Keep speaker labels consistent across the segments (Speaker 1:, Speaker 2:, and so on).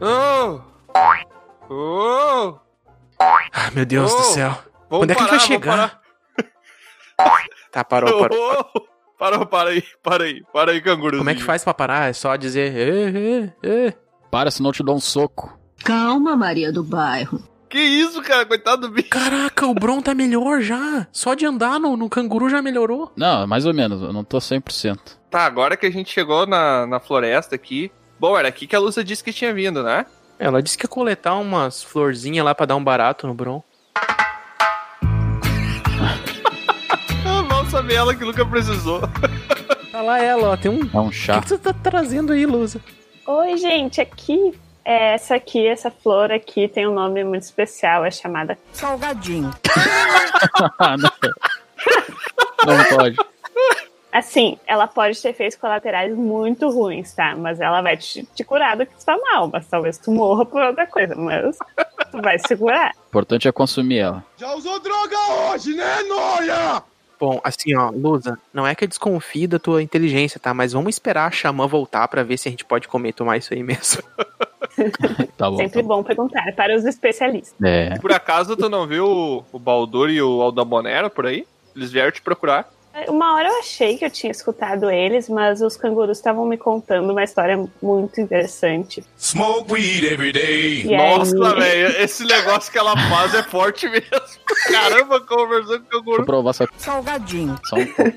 Speaker 1: Oh! Oh!
Speaker 2: Ah, meu Deus
Speaker 1: Ô,
Speaker 2: do céu.
Speaker 1: Vamos
Speaker 2: Quando é que ele vai
Speaker 1: parar, vamos
Speaker 2: chegar?
Speaker 1: parar.
Speaker 2: Tá, parou, parou.
Speaker 1: Oh, oh. Parou, para aí, para aí, para aí, canguruzinho.
Speaker 2: Como é que faz pra parar? É só dizer. "Ê, ê, ê".
Speaker 3: Para, senão eu te dou um soco.
Speaker 4: Calma, Maria do Bairro.
Speaker 1: Que isso, cara? Coitado do bicho.
Speaker 2: Caraca, o Bron tá melhor já. Só de andar no, no canguru já melhorou.
Speaker 3: Não, é mais ou menos, eu não tô 100%.
Speaker 1: Tá, agora que a gente chegou na, na floresta aqui. Bom, era aqui que a Lúcia disse que tinha vindo, né?
Speaker 2: Ela disse que ia coletar umas florzinhas lá pra dar um barato no Bron.
Speaker 1: Ah, Mal sabe ela que nunca precisou.
Speaker 2: Tá lá ela, ó. Tem um. O
Speaker 3: É um
Speaker 2: que,
Speaker 3: chá.
Speaker 2: que você tá trazendo aí, Lusa?
Speaker 5: Oi, gente, aqui. é Essa aqui, essa flor aqui tem um nome muito especial, é chamada.
Speaker 6: Salgadinho.
Speaker 3: Ah, não. não pode.
Speaker 5: Assim, ela pode ter efeitos colaterais muito ruins, tá? Mas ela vai te, te curar do que tu tá mal. Mas talvez tu morra por outra coisa, mas tu vai se curar.
Speaker 3: O importante é consumir ela.
Speaker 7: Já usou droga hoje, né, Noia?
Speaker 2: Bom, assim, ó, Lusa, não é que eu desconfie da tua inteligência, tá? Mas vamos esperar a Xamã voltar pra ver se a gente pode comer e tomar isso aí mesmo.
Speaker 3: Tá bom.
Speaker 5: Sempre
Speaker 3: Tá bom.
Speaker 5: bom perguntar para os especialistas.
Speaker 3: É.
Speaker 1: Por acaso tu não viu o, o Baldur e o Aldabonera por aí? Eles vieram te procurar.
Speaker 5: Uma hora eu achei que eu tinha escutado eles, mas os cangurus estavam me contando uma história muito interessante.
Speaker 7: Smoke weed every day.
Speaker 5: E aí-
Speaker 1: Nossa, velho, esse negócio que ela faz é forte mesmo. Caramba, conversando com o
Speaker 3: Deixa eu
Speaker 1: canguru.
Speaker 3: provar só,
Speaker 6: Salgadinho.
Speaker 3: só um pouco.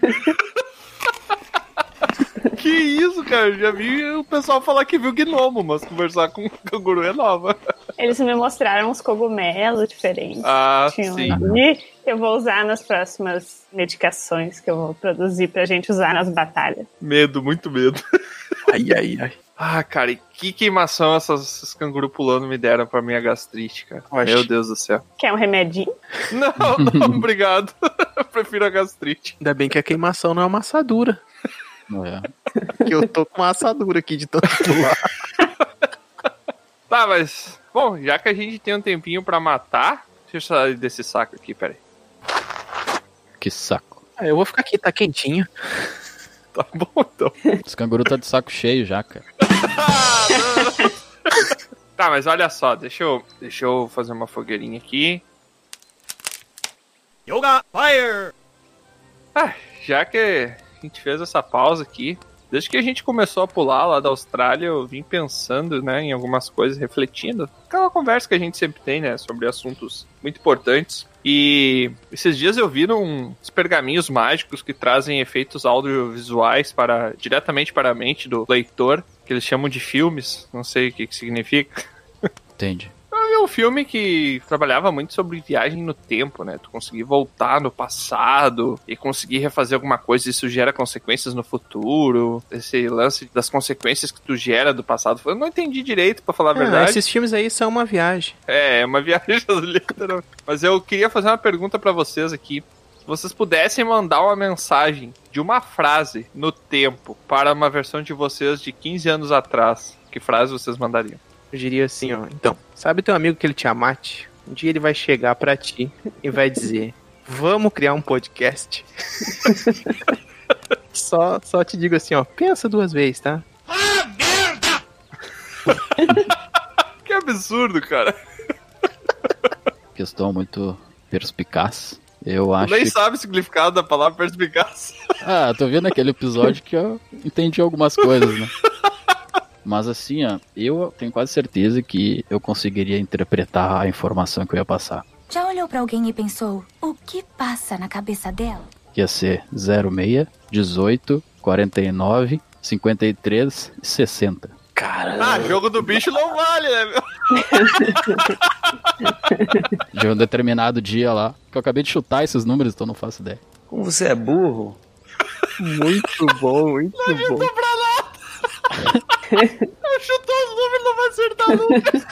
Speaker 1: Que isso, cara? Eu já vi o pessoal falar que viu gnomo, mas conversar com canguru é nova.
Speaker 5: Eles me mostraram uns cogumelos diferentes.
Speaker 1: Ah,
Speaker 5: Tinha um
Speaker 1: sim.
Speaker 5: ali que eu vou usar nas próximas medicações que eu vou produzir pra gente usar nas batalhas.
Speaker 1: Medo, muito medo.
Speaker 2: Ai, ai, ai.
Speaker 1: Ah, cara, e que queimação essas, esses canguru pulando me deram pra minha gastrite, cara.
Speaker 2: Oxe.
Speaker 1: Meu Deus do céu.
Speaker 5: Quer um remedinho?
Speaker 1: Não, não, obrigado. Eu prefiro a gastrite.
Speaker 2: Ainda bem que a queimação não é uma assadura.
Speaker 3: Não é.
Speaker 2: Que eu tô com uma assadura aqui de tanto pular.
Speaker 1: Tá, mas. Bom, já que a gente tem um tempinho pra matar. Deixa eu sair desse saco aqui, peraí.
Speaker 3: Que saco.
Speaker 2: Ah, eu vou ficar aqui, tá quentinho.
Speaker 1: Tá bom, então.
Speaker 3: Esse canguru tá de saco cheio já, cara.
Speaker 1: Tá, mas olha só, deixa eu, deixa eu fazer uma fogueirinha aqui.
Speaker 7: Yoga fire.
Speaker 1: Ah, já que a gente fez essa pausa aqui, desde que a gente começou a pular lá da Austrália, eu vim pensando, né, em algumas coisas, refletindo. Aquela conversa que a gente sempre tem, né, sobre assuntos muito importantes. E esses dias eu vi um, uns pergaminhos mágicos que trazem efeitos audiovisuais para diretamente para a mente do leitor, que eles chamam de filmes, não sei o que que significa.
Speaker 3: Entende?
Speaker 1: É um filme que trabalhava muito sobre viagem no tempo, né? Tu conseguir voltar no passado e conseguir refazer alguma coisa, isso gera consequências no futuro. Esse lance das consequências que tu gera do passado. Eu não entendi direito, pra falar a
Speaker 2: Ah,
Speaker 1: verdade.
Speaker 2: esses filmes aí são uma viagem.
Speaker 1: É, é uma viagem literal. Mas eu queria fazer uma pergunta pra vocês aqui. Se vocês pudessem mandar uma mensagem de uma frase no tempo para uma versão de vocês de 15 anos atrás, que frase vocês mandariam?
Speaker 2: Eu diria assim, ó. Então, sabe teu amigo que ele te amate? Um dia ele vai chegar pra ti e vai dizer: Vamos criar um podcast? só, só te digo assim, ó. Pensa duas vezes, tá?
Speaker 1: Que absurdo, cara.
Speaker 3: Questão muito perspicaz. Eu
Speaker 1: Tu
Speaker 3: acho.
Speaker 1: nem
Speaker 3: que-
Speaker 1: sabe o significado da palavra perspicaz.
Speaker 3: Ah, tô vendo aquele episódio que eu entendi algumas coisas, né? Mas assim, ó, eu tenho quase certeza que eu conseguiria interpretar a informação que eu ia passar.
Speaker 6: Já olhou pra alguém e pensou o que passa na cabeça dela?
Speaker 3: Que ia ser 06, 18, 49, 53 e 60.
Speaker 1: Ah, jogo do bicho não vale, né? meu?
Speaker 3: De um determinado dia lá. Que eu acabei de chutar esses números, então não faço ideia.
Speaker 8: Como você é burro?
Speaker 2: Muito bom, muito bom.
Speaker 1: Chutou os números, não vai acertar nunca.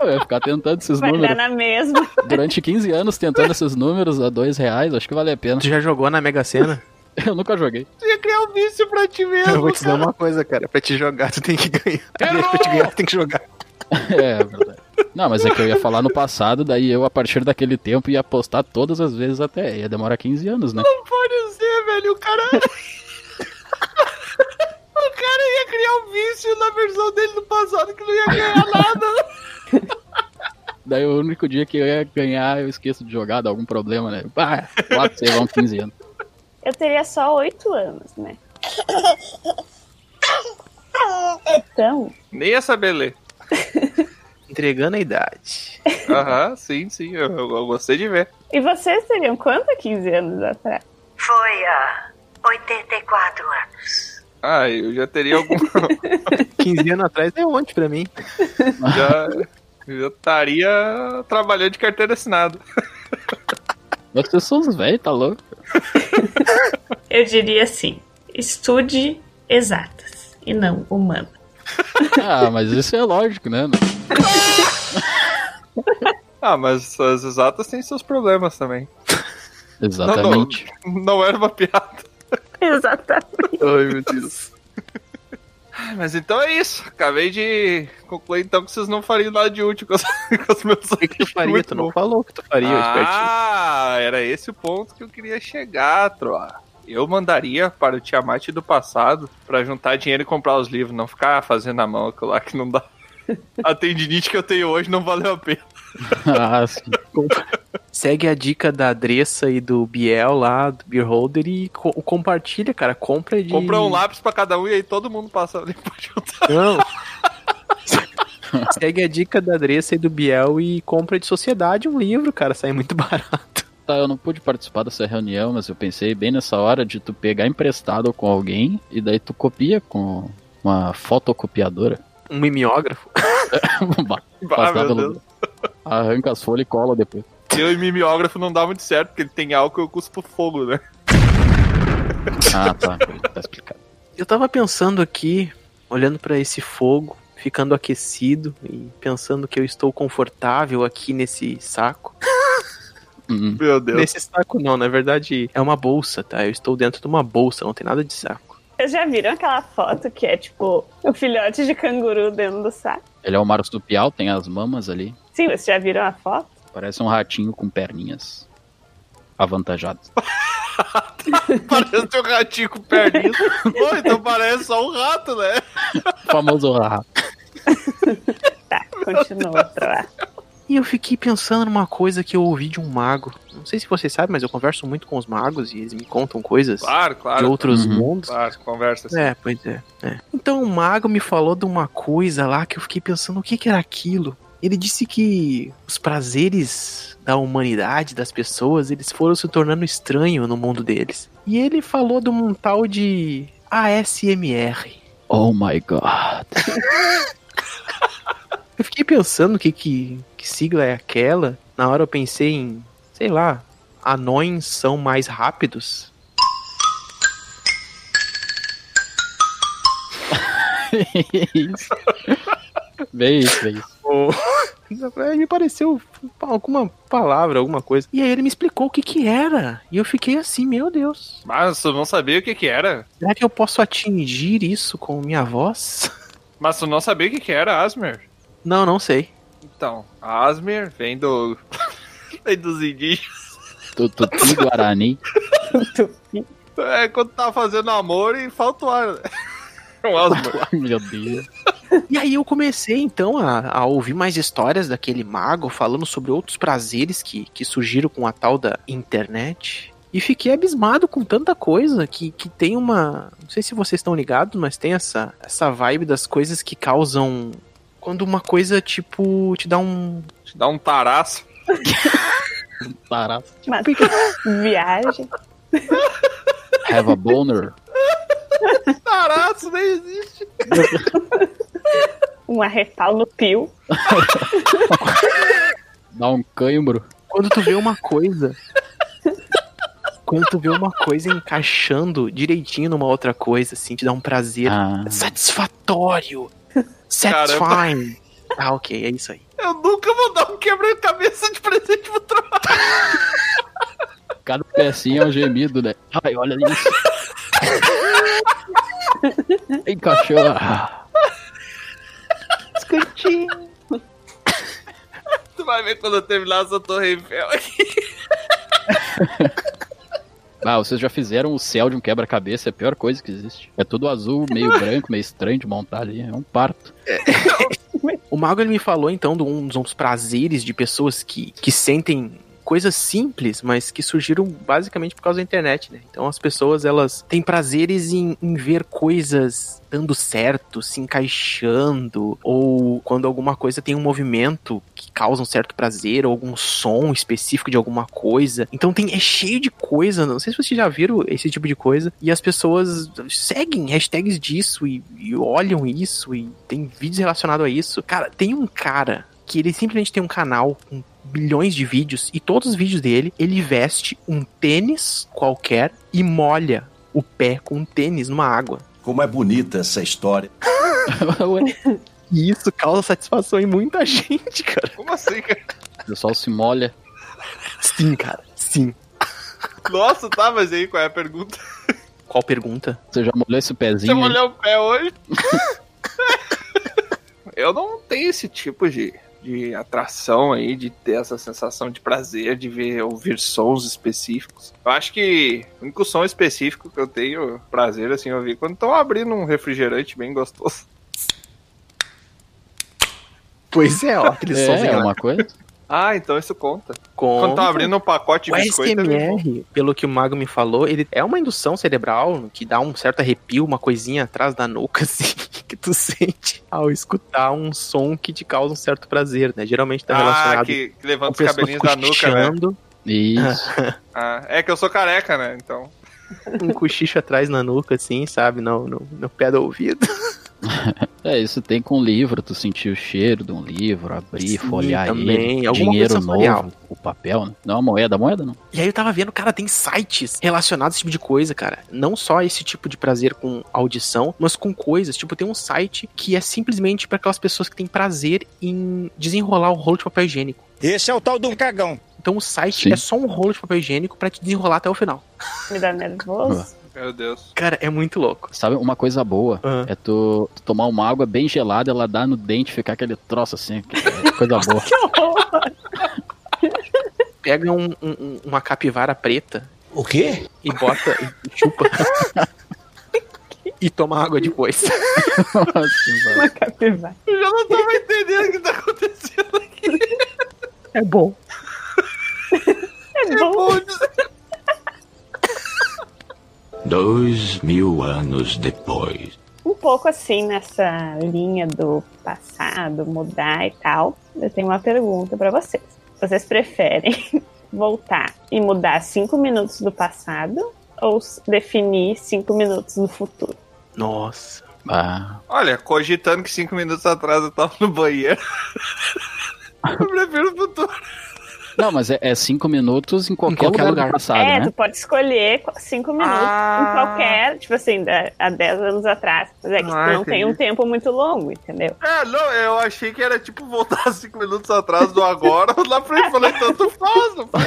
Speaker 3: Eu ia ficar tentando esses
Speaker 5: Vai dar
Speaker 3: números.
Speaker 5: na mesma.
Speaker 3: Durante 15 anos tentando esses números a dois reais, acho que vale a pena.
Speaker 2: Tu já jogou na Mega Sena?
Speaker 3: Eu nunca joguei.
Speaker 1: Tu ia criar um vício pra ti
Speaker 2: Eu vou
Speaker 1: mesmo.
Speaker 2: te dar uma coisa, cara. Pra te jogar, tu tem que ganhar. Pra te ganhar, tu tem que jogar.
Speaker 3: É, é verdade. Não, mas é que eu ia falar no passado, daí eu, a partir daquele tempo, ia postar todas as vezes até. Ia demorar 15 anos, né?
Speaker 1: Não pode ser, velho. O cara. o cara ia criar um vício na versão dele do passado que não ia ganhar nada.
Speaker 3: Daí o único dia que eu ia ganhar, eu esqueço de jogar, dá algum problema, né? Ah, quatro, sei lá, uns 15 anos.
Speaker 5: Eu teria só oito anos, né? Então,
Speaker 1: Nem ia saber ler.
Speaker 2: Entregando a idade.
Speaker 1: Aham, sim, sim. Eu, eu- eu gostei de ver.
Speaker 5: e vocês teriam quanto há 15 anos atrás?
Speaker 8: Foi há 84 anos.
Speaker 1: Ah, eu já teria algum.
Speaker 2: 15 anos atrás é ontem pra mim.
Speaker 1: já. Eu estaria trabalhando de carteira assinada.
Speaker 3: Vocês são uns velhos, tá louco?
Speaker 9: Eu diria assim: estude exatas e não humana.
Speaker 3: Ah, mas isso é lógico, né?
Speaker 1: Ah, mas as exatas têm seus problemas também.
Speaker 3: Exatamente.
Speaker 1: Tá Não era uma piada.
Speaker 5: Exatamente.
Speaker 2: Ai, meu Deus.
Speaker 1: Mas então é isso. Acabei de concluir então que vocês não fariam nada de útil com os, com os meus
Speaker 2: O que, que tu faria?
Speaker 1: Muito
Speaker 2: tu não
Speaker 1: bom.
Speaker 2: falou o que tu faria hoje pertinho.
Speaker 1: Ah, era esse o ponto que eu queria chegar, Troa. Eu mandaria para o Tiamat do passado para juntar dinheiro e comprar os livros, não ficar fazendo na mão aquilo lá que não dá. A tendinite que eu tenho hoje não valeu a pena.
Speaker 3: Ah, sim.
Speaker 2: Segue a dica da Adressa e do Biel lá, do Beer Holder, e co- compartilha, cara. Compra de.
Speaker 1: Compra um lápis para cada um e aí todo mundo passa ali pra juntar.
Speaker 2: Não. Segue a dica da Adressa e do Biel e compra de sociedade um livro, cara. Sai muito barato.
Speaker 3: Tá, eu não pude participar dessa reunião, mas eu pensei bem nessa hora de tu pegar emprestado com alguém e daí tu copia com uma fotocopiadora.
Speaker 2: Um mimeógrafo.
Speaker 3: Bah,
Speaker 1: Ah,
Speaker 3: passar
Speaker 1: meu
Speaker 3: pelo-
Speaker 1: Deus.
Speaker 3: Arranca as folhas e cola depois.
Speaker 1: Eu e mimeógrafo não dá muito certo, porque ele tem álcool e eu cuspo fogo, né?
Speaker 3: Ah, tá. Tá explicado.
Speaker 2: Eu tava pensando aqui, olhando pra esse fogo, ficando aquecido e pensando que eu estou confortável aqui nesse saco.
Speaker 3: Hum,
Speaker 1: Meu Deus.
Speaker 2: Nesse saco não, na verdade é uma bolsa, tá? Eu estou dentro de uma bolsa, não tem nada de saco.
Speaker 5: Vocês já viram aquela foto que é tipo o filhote de canguru dentro do saco?
Speaker 3: ele é o marsupial, tem as mamas ali.
Speaker 5: Sim, vocês já viram a foto?
Speaker 3: Parece um ratinho com perninhas avantajadas.
Speaker 1: Parece um ratinho com perninha. Pô, então parece só um rato, né?
Speaker 3: O famoso rato.
Speaker 5: Tá, continua pra lá.
Speaker 2: E eu fiquei pensando numa coisa que eu ouvi de um mago. Não sei se vocês sabem, mas eu converso muito com os magos e eles me contam coisas
Speaker 1: Claro,
Speaker 2: de
Speaker 1: claro.
Speaker 2: outros
Speaker 3: Uhum.
Speaker 2: mundos.
Speaker 1: Claro, conversa assim.
Speaker 2: É, pois é, é. Então o mago me falou de uma coisa lá que eu fiquei pensando o que, que era aquilo. Ele disse que os prazeres da humanidade, das pessoas, eles foram se tornando estranhos no mundo deles. E ele falou de um tal de ASMR.
Speaker 3: Oh my god.
Speaker 2: Eu fiquei pensando que, que, que sigla é aquela. Na hora eu pensei em, sei lá, anões são mais rápidos.
Speaker 3: É isso. Bem isso, bem isso.
Speaker 2: Ô, Aí me pareceu alguma palavra, alguma coisa. E aí ele me explicou o que que era. E eu fiquei assim, meu Deus.
Speaker 1: Mas tu não sabia o que que era?
Speaker 2: Será que eu posso atingir isso com minha voz?
Speaker 1: Mas tu não sabia o que que era, Asmer?
Speaker 2: Não, não sei.
Speaker 1: Então, Asmer vem do... vem dos indígenas.
Speaker 3: Tutupi Guarani.
Speaker 1: É quando tá fazendo amor e falta o ar. né? É um Asmer.
Speaker 3: Meu Deus.
Speaker 2: E aí eu comecei então a, a ouvir mais histórias daquele mago falando sobre outros prazeres que, que surgiram com a tal da internet. E fiquei abismado com tanta coisa que, que tem uma. Não sei se vocês estão ligados, mas tem essa, essa vibe das coisas que causam. Quando uma coisa, tipo, te dá um,
Speaker 1: Te dá um taraço.
Speaker 3: Pará.
Speaker 5: Mas Tipo, viagem.
Speaker 3: Have a boner.
Speaker 1: Taraço nem existe.
Speaker 5: Um arrepal no pio.
Speaker 3: Dá um cãibro.
Speaker 2: Quando tu vê uma coisa. quando tu vê uma coisa encaixando direitinho numa outra coisa, assim, te dá um prazer
Speaker 3: Ah,
Speaker 2: satisfatório. Satisfying. Ah, ok, é isso aí.
Speaker 1: Eu nunca vou dar um quebra-cabeça de presente pro trabalho.
Speaker 3: cada pecinha é um gemido, né? Ai, olha isso. Encaixou. Ah,
Speaker 2: Escutinho.
Speaker 1: vai ver quando eu terminar essa torre Eiffel aqui.
Speaker 3: Ah, vocês já fizeram o céu de um quebra-cabeça, é a pior coisa que existe. É tudo azul, meio branco, meio estranho de montar ali, é um parto.
Speaker 2: O Mago ele me falou então de um dos uns prazeres de pessoas que, que sentem coisas simples, mas que surgiram basicamente por causa da internet, né? Então as pessoas elas têm prazeres em, em ver coisas dando certo, se encaixando, ou quando alguma coisa tem um movimento que causa um certo prazer, ou algum som específico de alguma coisa. Então tem é cheio de coisa, não sei se vocês já viram esse tipo de coisa, e as pessoas seguem hashtags disso e, e olham isso e tem vídeos relacionados a isso. Cara, tem um cara que ele simplesmente tem um canal com bilhões de vídeos e todos os vídeos dele, ele veste um tênis qualquer e molha o pé com um tênis numa água.
Speaker 10: Como é bonita essa história.
Speaker 3: Ué,
Speaker 2: E isso causa satisfação em muita gente, cara.
Speaker 1: Como assim, cara?
Speaker 3: o pessoal se molha.
Speaker 2: Sim, cara. Sim.
Speaker 1: Nossa, tá, mas aí qual é a pergunta?
Speaker 2: Qual pergunta?
Speaker 3: Você já molhou esse
Speaker 1: Você
Speaker 3: pezinho? aí?
Speaker 1: molhou o pé hoje? eu não tenho esse tipo de, de atração aí, de ter essa sensação de prazer, de ver, ouvir sons específicos. Eu acho que o único som específico que eu tenho prazer, assim, eu ouvir quando estão abrindo um refrigerante bem gostoso.
Speaker 2: Pois é, ó, aquele
Speaker 3: É, é
Speaker 2: somzinho lá.
Speaker 3: uma coisa.
Speaker 1: Ah, então isso conta.
Speaker 2: Com...
Speaker 1: Quando estão abrindo um pacote
Speaker 2: o
Speaker 1: de biscoito... é bem bom.
Speaker 2: SMR, pelo que o Mago me falou, ele é uma indução cerebral que dá um certo arrepio, uma coisinha atrás da nuca, assim, que tu sente ao escutar um som que te causa um certo prazer, né? Geralmente tá
Speaker 1: Ah,
Speaker 2: relacionado
Speaker 1: que, que
Speaker 2: com
Speaker 1: levanta os
Speaker 2: pessoas
Speaker 1: cabelinhos da nuca, né?
Speaker 2: cochichando,
Speaker 3: Isso.
Speaker 1: Ah, é que eu sou careca, né? Então.
Speaker 2: um cochicho atrás na nuca, assim, sabe? No, no, no pé do ouvido.
Speaker 3: É, isso tem com livro, tu sentir o cheiro de um livro,
Speaker 2: Sim,
Speaker 3: abrir, folhear
Speaker 2: também,
Speaker 3: ele,
Speaker 2: alguma
Speaker 3: dinheiro
Speaker 2: coisa
Speaker 3: novo,
Speaker 2: sensorial.
Speaker 3: o papel, né? Não, a moeda, a moeda não.
Speaker 2: E aí eu tava vendo, cara, tem sites relacionados a esse tipo de coisa, cara. Não só esse tipo de prazer com audição, mas com coisas. Tipo, tem um site que é simplesmente pra aquelas pessoas que têm prazer em desenrolar o rolo de papel higiênico.
Speaker 7: Esse é o tal do cagão.
Speaker 2: Então o site
Speaker 3: Sim.
Speaker 2: é só um rolo de papel higiênico pra te desenrolar até o final.
Speaker 5: Me dá nervoso.
Speaker 1: Meu Deus.
Speaker 2: Cara, é muito louco.
Speaker 3: Sabe, uma coisa boa
Speaker 2: Ah.
Speaker 3: é tu, tu tomar uma água bem gelada, ela dá no dente, ficar aquele troço assim, que é coisa boa.
Speaker 5: Ah.
Speaker 2: Pega um- um- um- uma capivara preta
Speaker 7: O quê?
Speaker 2: e bota e chupa. e toma água depois.
Speaker 3: Assim,
Speaker 5: Uma capivara.
Speaker 1: Eu já não tava entendendo o que tá acontecendo.
Speaker 2: É bom.
Speaker 5: É bom.
Speaker 10: Dois mil anos depois.
Speaker 5: um pouco assim nessa linha do passado, mudar e tal, eu tenho uma pergunta pra vocês. Vocês preferem voltar e mudar cinco minutos do passado ou s- definir cinco minutos do futuro?
Speaker 2: Nossa.
Speaker 3: Ah,
Speaker 1: Olha, cogitando que cinco minutos atrás eu tava no banheiro. Eu prefiro o futuro.
Speaker 3: não, mas é, é cinco minutos em qualquer,
Speaker 2: qualquer
Speaker 3: lugar,
Speaker 2: lugar.
Speaker 3: do passado,
Speaker 5: é,
Speaker 3: né?
Speaker 5: tu pode escolher qu- cinco minutos
Speaker 1: Ah.
Speaker 5: em qualquer, tipo assim, da- há dez anos atrás. Mas é que
Speaker 1: Ah,
Speaker 5: tu não tem
Speaker 1: entendi.
Speaker 5: um tempo muito longo, entendeu?
Speaker 1: É, não, eu achei que era tipo voltar cinco minutos atrás do agora lá pra frente. Falei, tanto faz. não faz.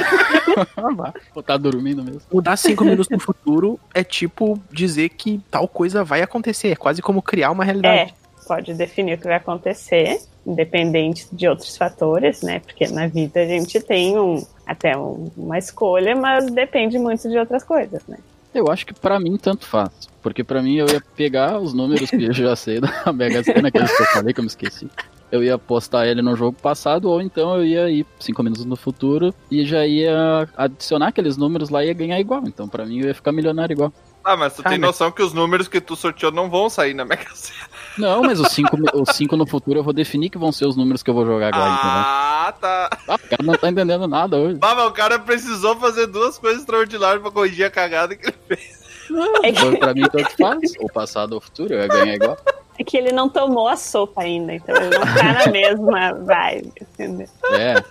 Speaker 3: Ah, vá. Pô, tá dormindo mesmo.
Speaker 2: Mudar cinco minutos no futuro é tipo dizer que tal coisa vai acontecer. É quase como criar uma
Speaker 5: É,
Speaker 2: realidade.
Speaker 5: pode definir o que vai acontecer, independente de outros fatores, né? Porque na vida a gente tem um, até um- uma escolha, mas depende muito de outras coisas, né?
Speaker 3: Eu acho que pra mim tanto faz. Porque pra mim eu ia pegar os números que eu já sei da Mega Sena, aqueles que eu falei que eu me esqueci. Eu ia postar ele no jogo passado, ou então eu ia ir cinco minutos no futuro e já ia adicionar aqueles números lá e ia ganhar igual. Então pra mim eu ia ficar milionário igual.
Speaker 1: Ah, mas tu
Speaker 2: Ah,
Speaker 1: tem
Speaker 2: mas-
Speaker 1: noção que os números que tu sorteou não vão sair na Mega Sena.
Speaker 3: Não, mas os cinco, os cinco no futuro eu vou definir que vão ser os números que eu vou jogar agora,
Speaker 2: então, né?
Speaker 3: entendeu?
Speaker 1: Ah, tá.
Speaker 3: Ah, o cara não tá entendendo nada hoje.
Speaker 1: Bah, mas o cara precisou fazer duas coisas extraordinárias pra corrigir a cagada que ele fez.
Speaker 3: Então, pra mim tanto faz. O passado ou o futuro, eu ia ganhar igual.
Speaker 5: É que ele não tomou a sopa ainda, então ele não tá na mesma vibe, entendeu?
Speaker 3: É.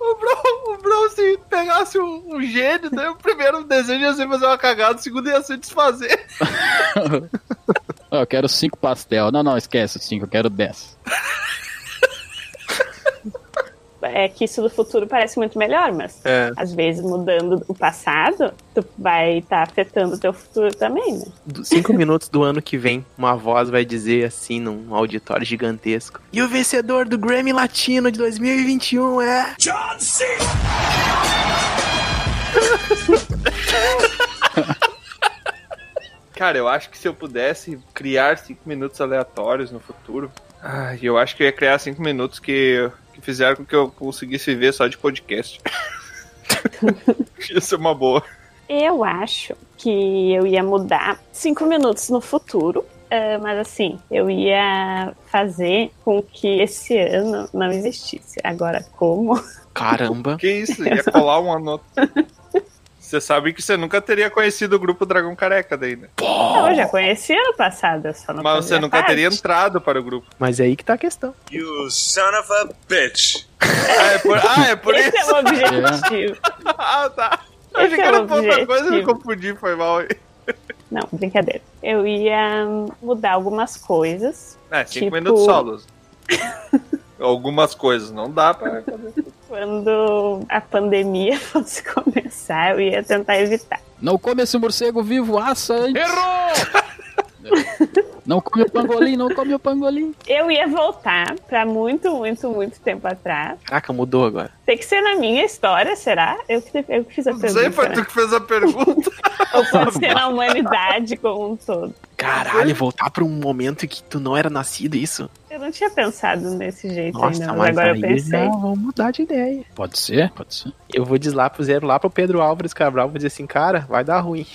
Speaker 1: O Bro, o Bro se pegasse um, um gênio, né? O primeiro desejo ia ser fazer uma cagada, o segundo ia ser desfazer.
Speaker 3: Ah, Eu quero cinco pastel. Não, não, esquece os cinco, eu quero dez.
Speaker 5: é que isso do futuro parece muito melhor, mas
Speaker 2: É.
Speaker 5: às vezes mudando o passado, tu vai estar afetando o teu futuro também, né?
Speaker 2: Do- Cinco minutos do ano que vem, uma voz vai dizer assim num auditório gigantesco. E o vencedor do Grammy Latino de 2021 é.
Speaker 7: John C.
Speaker 1: Cara, eu acho que se eu pudesse criar cinco minutos aleatórios no futuro, ai, eu acho que eu ia criar cinco minutos que, que fizeram com que eu conseguisse viver só de podcast. Isso é uma boa.
Speaker 5: Eu acho que eu ia mudar cinco minutos no futuro. ah, mas assim, eu ia fazer com que esse ano não existisse. Agora, como?
Speaker 2: Caramba!
Speaker 1: Que isso? Ia colar uma nota. Você sabe que você nunca teria conhecido o grupo Dragão Careca daí, né?
Speaker 5: Não, eu já conheci ano passado, eu só não
Speaker 1: Mas
Speaker 5: fazia
Speaker 1: você nunca
Speaker 5: parte.
Speaker 1: teria entrado para o grupo.
Speaker 2: Mas é aí que tá a questão.
Speaker 7: You son of a bitch.
Speaker 1: Ah, é por, ah, é por
Speaker 5: Esse é
Speaker 1: isso?
Speaker 5: o objetivo.
Speaker 1: Ah, tá. Eu
Speaker 5: Esse
Speaker 1: achei que
Speaker 5: é
Speaker 1: era
Speaker 5: o
Speaker 1: pra outra coisa e me
Speaker 5: objetivo.
Speaker 1: confundi, foi mal.
Speaker 5: Não, brincadeira. Eu ia hum, mudar algumas coisas.
Speaker 1: É, cinco
Speaker 5: Tipo-
Speaker 1: minutos solos. Algumas coisas, não dá pra.
Speaker 5: Quando a pandemia fosse começar, eu ia tentar evitar.
Speaker 3: Não come esse morcego vivo, aça antes. Não come o pangolim, não come o pangolim.
Speaker 5: Eu ia voltar pra muito, muito, muito tempo atrás.
Speaker 2: Caraca, mudou agora.
Speaker 5: Tem que ser na minha história, será? Eu que, eu que fiz a
Speaker 1: Não sei,
Speaker 5: pergunta.
Speaker 1: foi
Speaker 5: né?
Speaker 1: tu que fez a pergunta.
Speaker 5: Ou pode ser na humanidade como um todo. Uhum.
Speaker 2: Caralho, voltar pra um momento em que tu não era nascido, isso?
Speaker 5: Eu não tinha pensado nesse jeito
Speaker 2: Nossa,
Speaker 5: ainda, mas
Speaker 2: mas
Speaker 5: agora eu
Speaker 2: aí
Speaker 5: pensei.
Speaker 2: já vamos mudar de ideia.
Speaker 3: Pode ser, pode ser.
Speaker 2: Eu vou dizer lá pro zero, lá pro Pedro Álvares Cabral, vou dizer assim, cara, vai dar ruim.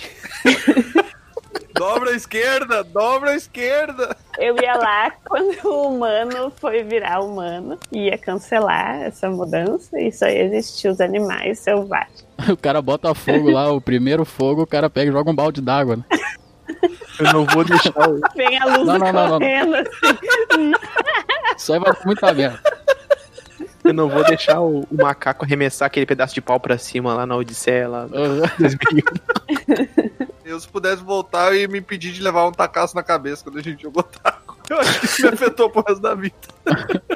Speaker 1: Dobra a esquerda, dobra a esquerda.
Speaker 5: Eu ia lá quando o humano foi virar humano e ia cancelar essa mudança e só ia existir os animais selvagens.
Speaker 3: O cara bota fogo lá, o primeiro fogo, o cara pega e joga um balde d'água. Né?
Speaker 2: Eu não vou deixar o...
Speaker 5: Vem a luz
Speaker 3: Não, não, não, não.
Speaker 5: correndo.
Speaker 3: Isso aí vai dar muita merda.
Speaker 2: Eu não vou deixar o, o macaco arremessar aquele pedaço de pau pra cima lá na Odisseia, lá
Speaker 3: Uhum.
Speaker 2: 2001.
Speaker 1: Eu, se pudesse voltar, eu ia me impedir de levar um tacaço na cabeça quando a gente jogou taco. Eu acho que isso me afetou pro resto da vida.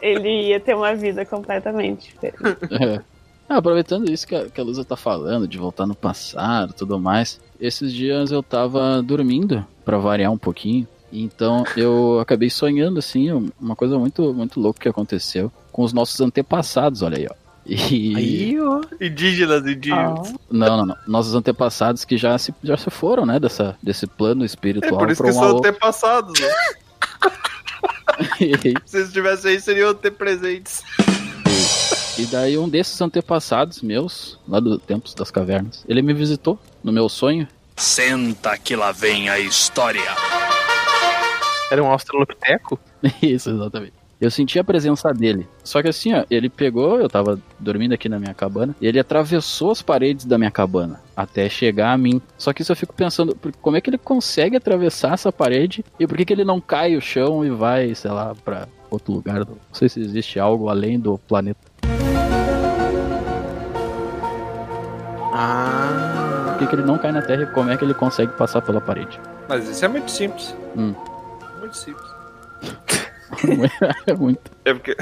Speaker 5: Ele ia ter uma vida completamente diferente.
Speaker 3: É. Ah, aproveitando isso que a, que a Lusa tá falando, de voltar no passado e tudo mais, esses dias eu tava dormindo, pra variar um pouquinho, então eu acabei sonhando, assim, um- uma coisa muito, muito louca que aconteceu com os nossos antepassados, olha aí, ó. E...
Speaker 2: Aí, ó.
Speaker 1: Indígenas, indígenas.
Speaker 5: Oh.
Speaker 3: Não, não, não. Nossos antepassados que já se, já se foram, né, dessa, desse plano
Speaker 1: é
Speaker 3: espiritual
Speaker 1: por isso
Speaker 3: pra
Speaker 1: que
Speaker 3: um
Speaker 1: são
Speaker 3: outro.
Speaker 1: antepassados. Né? Se eles estivessem aí, seriam antepresentes.
Speaker 3: E daí um desses antepassados meus, lá do Tempos das Cavernas, ele me visitou no meu sonho.
Speaker 10: Senta que lá vem a história.
Speaker 2: Era um australopiteco?
Speaker 3: Isso, exatamente. Eu senti a presença dele. Só que assim, ó, ele pegou, eu tava dormindo aqui na minha cabana, e ele atravessou as paredes da minha cabana até chegar a mim. Só que isso eu fico pensando, por- como é que ele consegue atravessar essa parede e por que, que ele não cai o chão e vai, sei lá, pra outro lugar? Não sei se existe algo além do planeta.
Speaker 2: Ah.
Speaker 3: Por que, que ele não cai na Terra e como é que ele consegue passar pela parede?
Speaker 1: Mas isso é muito simples.
Speaker 3: Hum.
Speaker 1: Muito simples.
Speaker 3: É muito.
Speaker 1: É porque.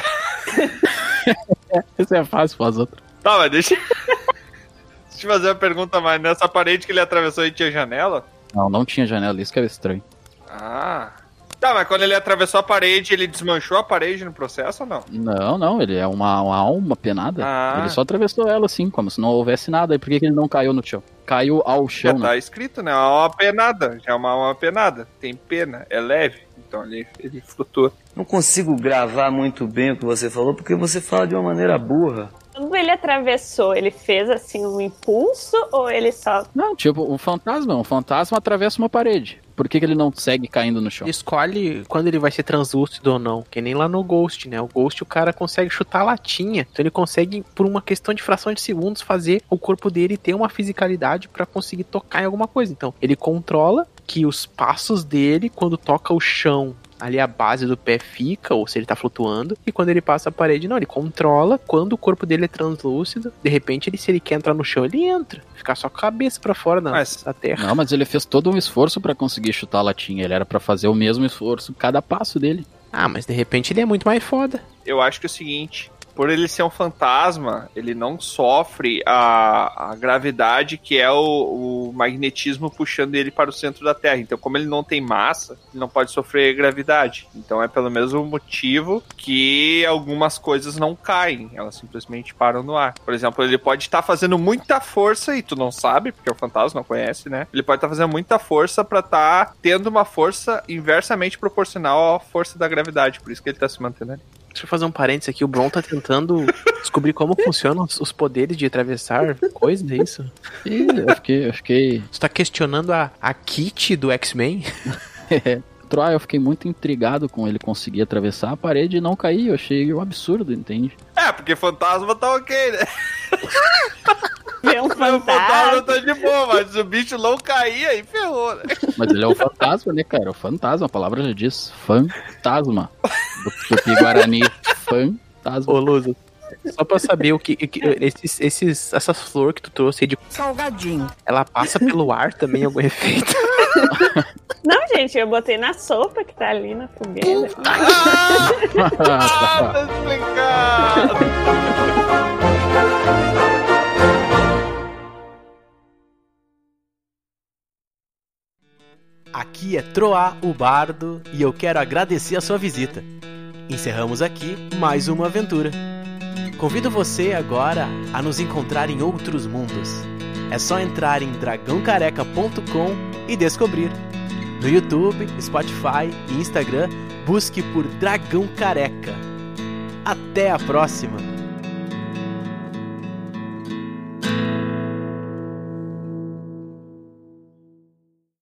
Speaker 3: Isso é fácil fazer outro.
Speaker 1: Tá, mas deixa. deixa eu te fazer uma pergunta mais. Nessa parede que ele atravessou aí tinha janela?
Speaker 3: Não, não tinha janela, isso que era estranho.
Speaker 1: Ah. Tá, mas quando ele atravessou a parede, ele desmanchou a parede no processo ou não?
Speaker 3: Não, não, ele é uma, uma alma penada.
Speaker 1: Ah.
Speaker 3: Ele só atravessou ela assim, como se não houvesse nada. E por que, que ele não caiu no chão? Caiu ao
Speaker 1: Já
Speaker 3: chão, né?
Speaker 1: tá escrito, né? É uma penada. Já é uma, uma penada. Tem pena. É leve. Então ele, ele flutua.
Speaker 11: Não consigo gravar muito bem o que você falou, porque você fala de uma maneira burra.
Speaker 5: Quando ele atravessou, ele fez assim um impulso ou ele só.
Speaker 3: Não, tipo, um fantasma. Um fantasma atravessa uma parede. Por que, que ele não segue caindo no chão?
Speaker 2: Escolhe quando ele vai ser translúcido ou não. Que nem lá no Ghost, né? O Ghost o cara consegue chutar a latinha. Então ele consegue, por uma questão de fração de segundos, fazer o corpo dele ter uma fisicalidade pra conseguir tocar em alguma coisa. Então ele controla que os passos dele, quando toca o chão. Ali a base do pé fica, ou se ele tá flutuando, e quando ele passa a parede, não, ele controla quando o corpo dele é translúcido. De repente, ele, se ele quer entrar no chão, ele entra. Ficar só com a cabeça pra fora na,
Speaker 1: Mas-
Speaker 2: da terra.
Speaker 3: Não, mas ele fez todo um esforço pra conseguir chutar a latinha. Ele era pra fazer o mesmo esforço cada passo dele.
Speaker 2: Ah, mas de repente ele é muito mais foda.
Speaker 1: Eu acho que é o seguinte. por ele ser um fantasma, ele não sofre a, a gravidade que é o, o magnetismo puxando ele para o centro da Terra. Então, como ele não tem massa, ele não pode sofrer gravidade. Então, é pelo mesmo motivo que algumas coisas não caem, elas simplesmente param no ar. Por exemplo, ele pode estar fazendo muita força e tu não sabe, porque é um fantasma, não conhece, né? Ele pode estar fazendo muita força para estar tendo uma força inversamente proporcional à força da gravidade. Por isso que ele está se mantendo ali.
Speaker 2: Deixa eu fazer um parênteses aqui. O Bron tá tentando descobrir como funcionam os os poderes de atravessar coisas, é isso?
Speaker 3: Ih, eu fiquei, eu fiquei.
Speaker 2: Você tá questionando a, a kit do X-Men?
Speaker 3: É. Troy, eu fiquei muito intrigado com ele conseguir atravessar a parede e não cair. Eu achei um absurdo, entende?
Speaker 1: É, porque fantasma tá ok, né?
Speaker 5: Vê um
Speaker 1: O fantasma
Speaker 5: fantasma.
Speaker 1: tá de boa, mas o bicho não cair, aí ferrou, né?
Speaker 3: Mas ele é o fantasma, né, cara? O fantasma, a palavra já diz fantasma. Do Tupi Guarani, fantasma.
Speaker 2: Ô, Luso, só pra saber o que. o que- esses, esses, essas flores que tu trouxe aí de.
Speaker 8: Salgadinho.
Speaker 2: Ela passa pelo ar também, algum efeito.
Speaker 5: Não, gente, eu botei na sopa que tá ali na fogueira.
Speaker 1: Ah, tá explicado.
Speaker 12: Aqui é Troá, o Bardo, e eu quero agradecer a sua visita. Encerramos aqui mais uma aventura. Convido você agora a nos encontrar em outros mundos. É só entrar em dragãocareca.com e descobrir. No YouTube, Spotify e Instagram, busque por Dragão Careca. Até a próxima!